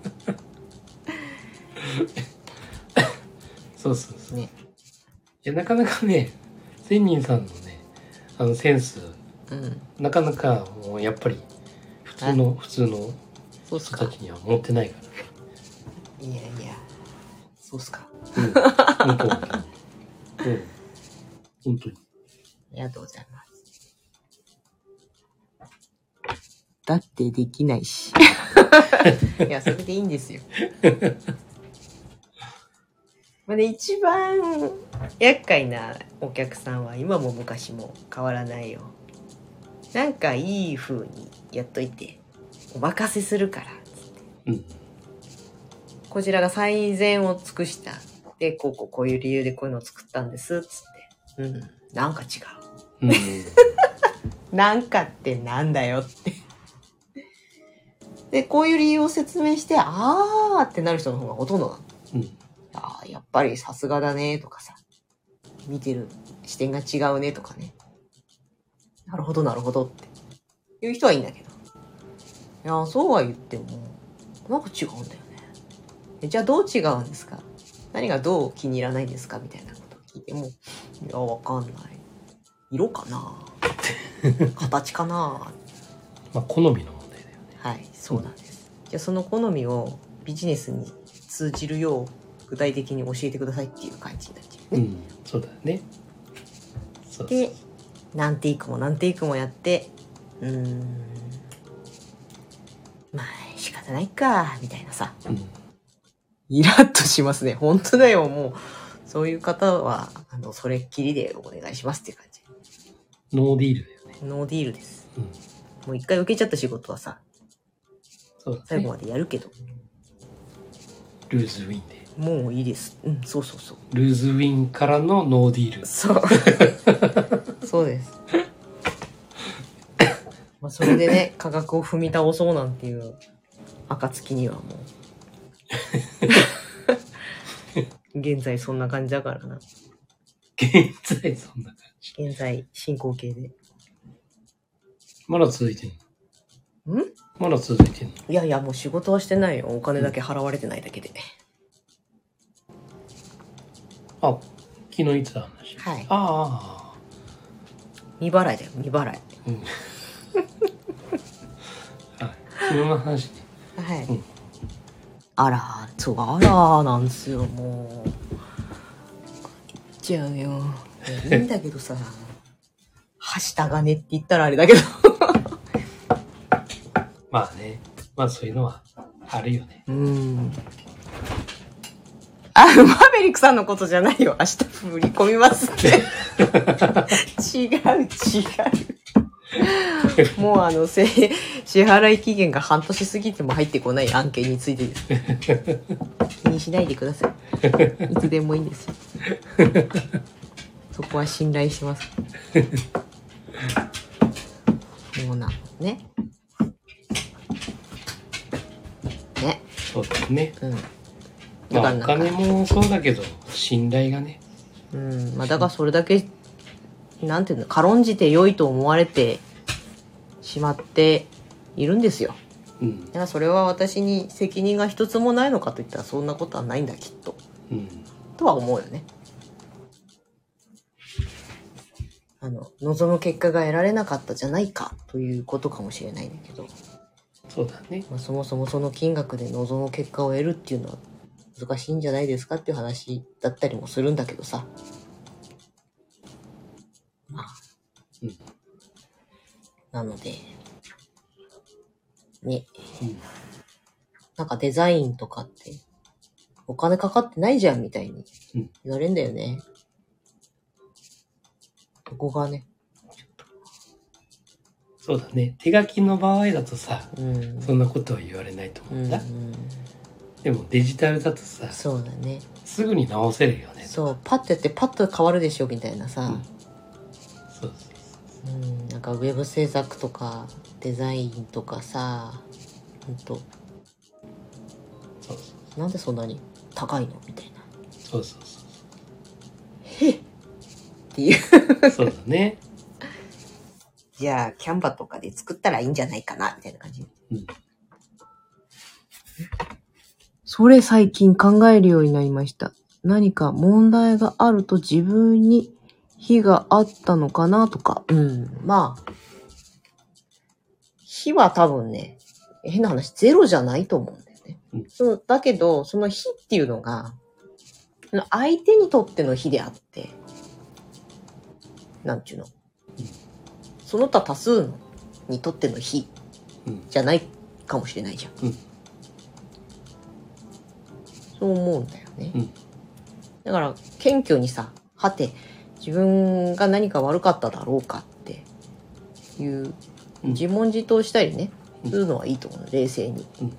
B: そうそうそう。
A: ね。
B: いや、なかなかね、仙人さんのね、あのセンス、
A: うん。
B: なかなかもうやっぱり、普通の、普通の
A: そうっす
B: 人
A: か
B: た。ちには持ってないか
A: いやいや。そうっすか。
B: ら。うん。本当に。うん。本当に。
A: ありがとうございます。だってできないし。 (laughs) いや、それでいいんですよ。まあね、一番厄介なお客さんは今も昔も変わらないよ。なんかいい風にやっといて、お任せするから。
B: うん。
A: こちらが最善を尽くした。で、こうこうこういう理由でこういうのを作ったんです。つって。うん。なんか違う。
B: うん。
A: なんかってなんだよって。で、こういう理由を説明して、あーってなる人の方がほとんどなの。
B: うん。
A: あーやっぱりさすがだねとかさ。見てる視点が違うねとかね。なるほど、なるほどって。いう人はいいんだけど。いやー、そうは言っても、なんか違うんだよね。えじゃあどう違うんですか何がどう気に入らないんですかみたいなことを聞いても、いや、わかんない。色かな形かな
B: まあ、好みの問題だよね。
A: はいそうなんですじゃあその好みをビジネスに通じるよう具体的に教えてくださいっていう感じになっちゃう
B: う
A: ね、
B: ん、そうだね。そうそう
A: で何テイクも何テイクもやってうーんまあ仕方ないかみたいなさ
B: うん、
A: イラッとしますね。本当だよ、もう。そういう方は、あの、それっきりでお願いしますっていう感じ。
B: ノーディールだよね。
A: ノーディールです。
B: うん、
A: もう一回受けちゃった仕事はさ、
B: そうだ
A: 最後
B: ね。
A: までやるけど、
B: ルーズウィンで。
A: もういいです。うん、そうそうそう。
B: ルーズウィンからのノーディー
A: (laughs)
B: ル。
A: そう。そうです。まあ、それでね、価格を踏み倒そうなんていう、暁にはもう。現在そんな感じだからな。
B: 現在そんな感じ。
A: 現在進行形で。
B: まだ続いてんの
A: ん
B: まだ続いてんの
A: いやいや、もう仕事はしてないよ。お金だけ払われてないだけで。
B: あ、昨日言ってた話。
A: はい
B: ああああ、
A: 未払いだよ、未払い。
B: うん。 (laughs) はい昨日の話ね。
A: はい。
B: うん
A: あら、そう、あら、なんですよ、もう。行っちゃうよ。いいんだけど
B: (laughs)
A: さ。はしたがねって言ったらあれだけど。
B: まあね。まあそういうのはあるよね。
A: うん。あ、マーベリックさんのことじゃないよ。明日振り込みますって。違う、違う。もうあの、せ支払い期限が半年過ぎても入ってこない案件についてです。気にしないでください。いつでもいいんですよ。そこは信頼してます。もうなのね。ね。
B: そうですね。
A: うん。だ
B: ま
A: からな
B: あお
A: ん
B: 金
A: か、
B: もそうだけど、信頼がね。
A: うん、まあだからそれだけ、なんていうの、軽んじて良いと思われてしまっているんですよ。
B: うん
A: だ。からそれは私に責任が一つもないのかといったらそんなことはないんだ、きっと。
B: うん。
A: とは思うよね。あの、望む結果が得られなかったじゃないかということかもしれないんだけど、
B: そうだね。
A: まあ、そもそもその金額で望む結果を得るっていうのは難しいんじゃないですかっていう話だったりもするんだけどさ。まあ。
B: うん
A: なので、ね、
B: うん
A: なんかデザインとかって、お金かかってないじゃんみたいに
B: うん
A: 言われんだよね。そこがね、
B: そうだね。手書きの場合だとさ、
A: うん。
B: そんなことは言われないと
A: う
B: 思うん
A: ん、
B: だ。でもデジタルだとさ、
A: そうだね。
B: すぐに直せるよね。そう
A: そう、パッとやってパッと変わるでしょみたいなさ。
B: うんそう
A: うん、なんかウェブ制作とかデザインとかさほんと
B: そう
A: なんでそんなに高いのみたいなっ
B: そうそうそ
A: ていう
B: うそう。そうだね。
A: じゃあキャンバとかで作ったらいいんじゃないかなみたいな感じ
B: うん。
A: それ最近考えるようになりました何か問題があると自分に非があったのかなとかうんまあ非は多分ね変な話ゼロじゃないと思うんだよね
B: うん
A: そのだけどその非っていうのがその相手にとっての非であってなんちゅうの
B: うん
A: その他多数のにとっての非
B: うん。
A: じゃないかもしれないじゃん、
B: うん
A: そう思うんだよね、
B: うん
A: だから謙虚にさはて自分が何か悪かっただろうかっていう
B: うん
A: 自問自答したりね、
B: うん
A: するのはいいと思うの冷静に、
B: うん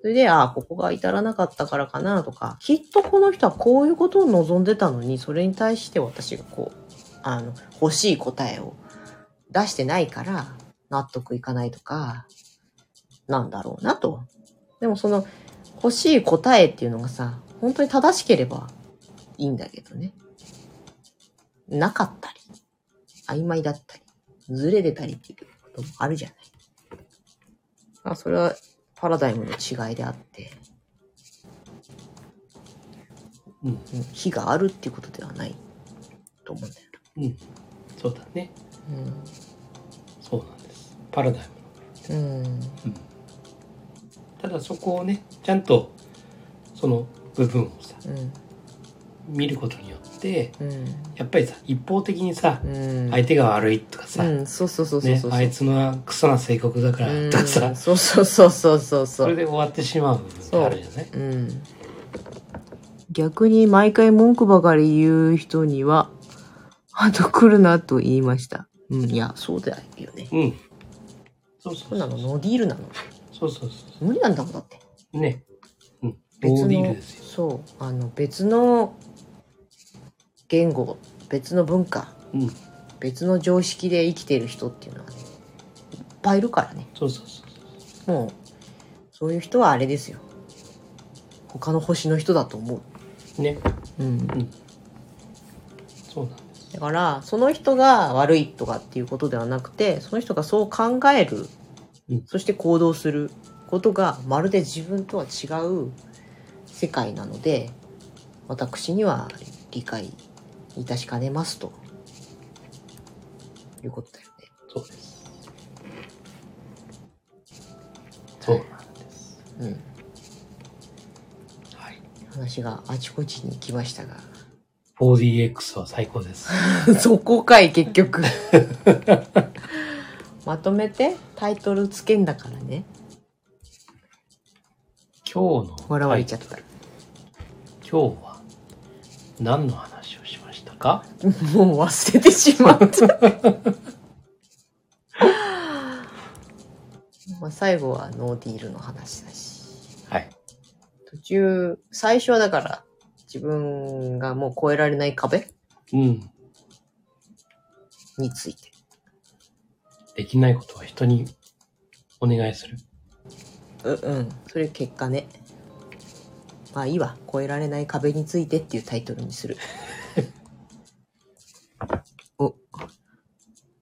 A: それでああここが至らなかったからかなとかきっとこの人はこういうことを望んでたのにそれに対して私がこうあの欲しい答えを出してないから納得いかないとか、なんだろうなと。でもその欲しい答えっていうのがさ、本当に正しければいいんだけどね。なかったり、曖昧だったり、ずれてたりっていうこともあるじゃない。まあそれはパラダイムの違いであって、
B: うん。
A: うん非があるっていうことではないと思うんだよ
B: うんそうだねそうなんですパラダイムの
A: うん、うん、
B: ただそこをねちゃんとその部分をさ
A: うん
B: 見ることによって
A: うん
B: やっぱりさ一方的にさ
A: うん
B: 相手が悪いとかさ、
A: うんそうそうそうそう
B: ね
A: そう、
B: あいつのクソな性格だからとか
A: うん
B: さ
A: そうそうそうそうそう
B: そ
A: そ
B: れ
A: う
B: で終わってしまう部分ってあるじゃない
A: うん逆に毎回文句ばかり言う人にはあと来るなと言いましたうんいやそうだよね
B: うんそうそ
A: そうう
B: そ
A: な
B: う
A: のノーディールなの
B: そうそうそう
A: 無理なんだもんだって
B: ね。うん。
A: 別の
B: ノーディールですよ。
A: そうあの別の言語別の文化
B: うん。
A: 別の常識で生きてる人っていうのはねいっぱいいるからね
B: そうそうそう。
A: もうそういう人はあれですよ他の星の人だと思
B: そうね。
A: う、うん、
B: そうなんです。
A: だからその人が悪いとかっていうことではなくてその人がそう考える、
B: うん
A: そして行動することがまるで自分とは違う世界なので私には理解いたしかねますということだよね。
B: そうです。そうなんです。
A: うん、
B: はい。
A: 話があちこちに来ましたが
B: 4DX は最高
A: (laughs)
B: です。
A: そこかい結局 (laughs) まとめてタイトルつけんだからね
B: 今日の、
A: 笑われちゃ
B: は
A: った、
B: い今日は何の話をしましたか
A: もう忘れてしまった。 (laughs) まあ最後はノーディールの話だし。
B: はい。
A: 途中、最初はだから自分がもう越えられない壁
B: うん。
A: について。
B: できないことは人にお願いする。
A: う、うん。それ結果ね。まあいいわ。越えられない壁についてっていうタイトルにする。 (laughs) お、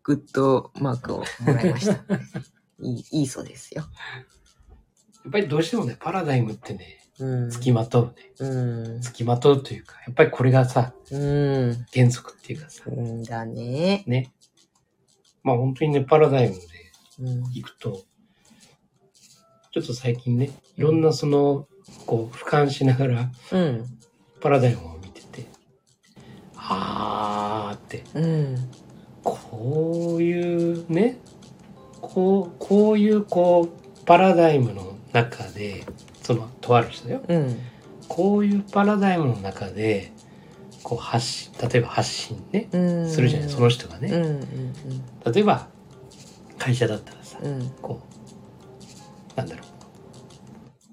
A: グッドマークをもらいました。 (laughs) いい、いいそうですよ。
B: やっぱりどうしてもね、パラダイムってね、
A: うん。
B: 付きまとうね。
A: うん。
B: 付きまとうというか、やっぱりこれがさ、
A: うん。
B: 原則っていうかさ、
A: うんだね。
B: ね。まあ本当にね、パラダイムで
A: うん。
B: 行くと、ちょっと最近ね、いろんなその、こう、俯瞰しながら
A: うん。
B: パラダイムを見てて、あーって、
A: うん。
B: こういうね、こう、こういうこう、パラダイムの中で、その、とある人だよ。
A: うん。
B: こういうパラダイムの中で、こう発信、例えば発信ね、
A: うん。
B: するじゃない、その人がね。
A: うん。うん。
B: 例えば会社だったらさ、
A: うん。
B: こうなんだろう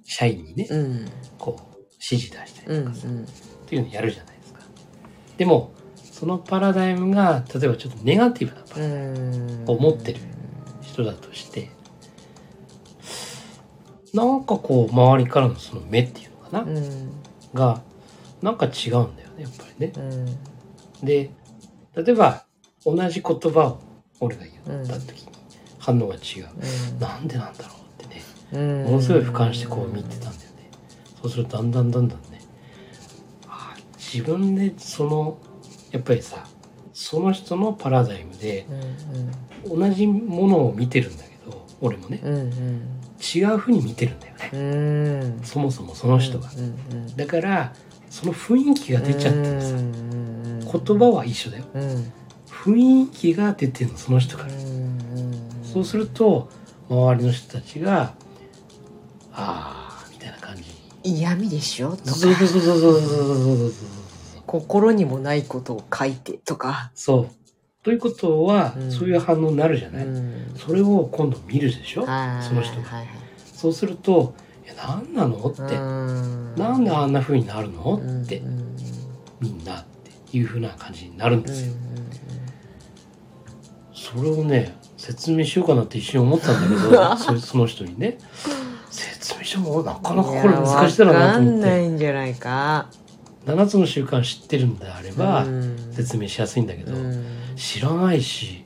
B: 社員にね、
A: うん。うん。
B: こう指示出した
A: う
B: り
A: ん。
B: とかさ、っていうのやるじゃないですかでもそのパラダイムが例えばちょっとネガティブなパラ
A: うん。
B: 思ってる人だとしてなんかこう周りからのその目っていうのかな、
A: うん。
B: がなんか違うんだよねやっぱりね
A: うん。
B: で例えば同じ言葉を俺が言った時に反応が違う、なんでなんだろうってね
A: うん。
B: ものすごい俯瞰してこう見てたんだよねそうするとだんだんだんだんねあー自分でそのやっぱりさその人のパラダイムで
A: うん。
B: 同じものを見てるんだけど俺もね
A: うん。うん。
B: 違う風に見てるんだよね
A: うん。
B: そもそもその人が
A: うん。うん。
B: だからその雰囲気が出ちゃってるさ
A: うん。
B: 言葉は一緒だよ
A: うん。
B: 雰囲気が出てるのその人から
A: うん。
B: そうすると周りの人たちがああみたいな感じに
A: 嫌味でしょとか
B: そうそうそうそうそうそうそうそうそう
A: 心にもないことを書いてとか。
B: そうということは、
A: うん
B: そういう反応になるじゃない、
A: ん
B: それを今度見るでしょ
A: はい
B: その人が
A: はいはい。
B: そうすると「いや何なの?」って
A: う
B: 「
A: ん
B: なんであんな風になるの?」って、
A: うんうん
B: みんなっていう風な感じになるん
A: う
B: ですよ、
A: ん
B: それをね説明しようかなって一瞬思ったんだ
A: (laughs)
B: けどそその人にね説明してもなかなかこれ難しいだろうなと思っ
A: いやわかんな
B: て
A: いんじゃないか。
B: 7つの習慣知ってるんであれば、
A: うん
B: 説明しやすいんだけど、
A: うん
B: 知らないし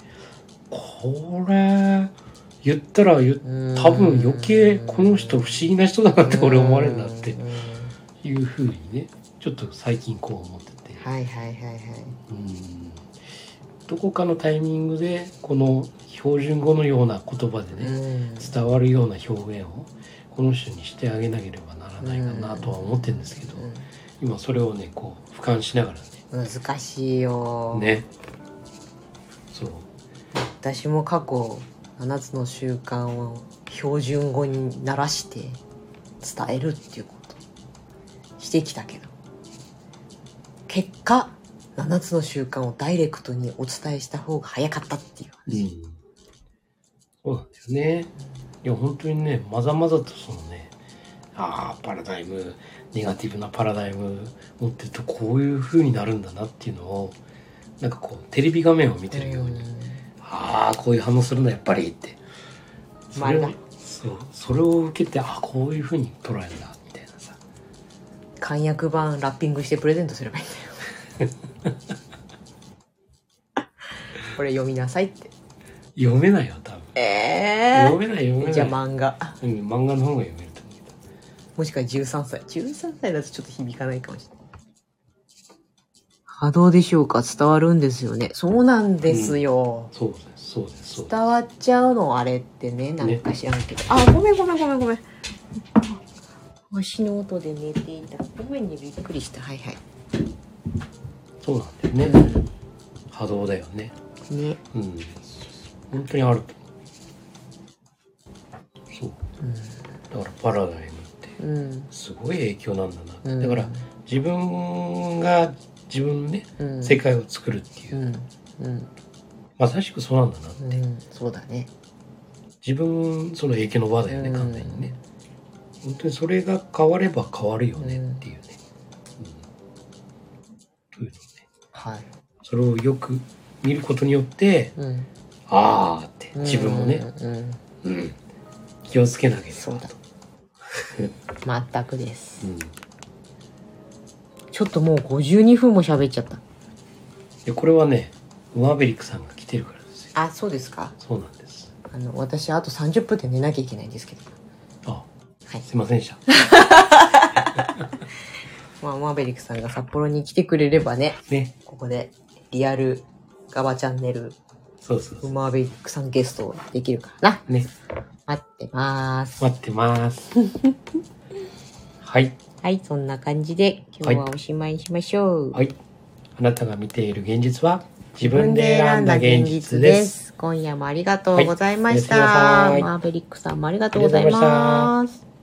B: これ言ったら言っ多分余計この人不思議な人だなって俺思われるなって
A: うん
B: いうふうにねちょっと最近こう思ってて
A: はいはいはいはい。
B: うんどこかのタイミングでこの標準語のような言葉で
A: う
B: ね
A: ん
B: 伝わるような表現をこの人にしてあげなければならないかなとは思ってるんですけど今それをねこう俯瞰しながら
A: 難しいよ、
B: ねねそう
A: 私も過去7つの習慣を標準語にならして伝えるっていうことしてきたけど結果7つの習慣をダイレクトにお伝えした方が早かったっていう
B: う
A: 話、
B: ん、そうなんですね。いや本当にねまざまざとそのねああパラダイムネガティブなパラダイム持ってるとこういう風になるんだなっていうのをなんかこうテレビ画面を見てるように、ああこういう反応するんだやっぱりってそれ
A: ま
B: を
A: あ
B: そうそれを受けてあーこういう風に捉えるなみたいなさ
A: 簡約版ラッピングしてプレゼントすればいいんだよ
B: (laughs)
A: これ読みなさいって
B: 読めないよ多分
A: え
B: 読めない読め
A: え
B: ない
A: じゃあ漫画
B: うん漫画の方が読めると思うけど
A: もしくは13歳。13歳だとちょっと響かないかもしれない。波動でしょうか伝わるんですよね。そうなんですよ。
B: そうですそうですそうです
A: 伝わっちゃうのあれってね、なんか知らんけど。あ、ごめんごめんごめんごめん。星の音で寝ていた。ごめんにびっくりした。はいはい。
B: そうなんだよね、波動だよね
A: ね。
B: うん本当にあるとそうだからパラダイムって
A: うん。
B: すごい影響なんだな、
A: うん
B: だから自分が自分のね、
A: うん。
B: 世界を作るっていう
A: ん。
B: う、
A: うん。
B: まさしくそうなんだな
A: うん。そうだね。
B: 自分その影響の輪だよね
A: うん
B: 完全にね、本当にそれが変われば変わるよねっていうね、うん、というのをね
A: はい。
B: それをよく見ることによって
A: うん。
B: ああって自分もね、
A: うん。うん。
B: うん、気をつけなければ
A: そうだ。全くです。
B: うん、
A: ちょっともう52分も喋っちゃった。
B: でこれはねマーベリックさんが来てるからですよ
A: あ、そうですか。
B: そうなんです
A: あの、私、あと30分で寝なきゃいけないんですけど。
B: あ
A: はい。
B: すいませんでした
A: まあ、マーベリックさんが札幌に来てくれればね、
B: ね
A: ここで、リアルガバチャンネル、
B: そうそうそう
A: マーベリックさんゲストできるからな。
B: ね
A: 待ってます。
B: 待ってます
A: (laughs)
B: はい
A: はい、そんな感じで、今日はおしまいにしましょう。
B: はいあなたが見ている現実は自分で選んだ現実です。
A: 今夜もありがとうございました。
B: はいおやすみなさい
A: マーベリックさんもありがとうございます。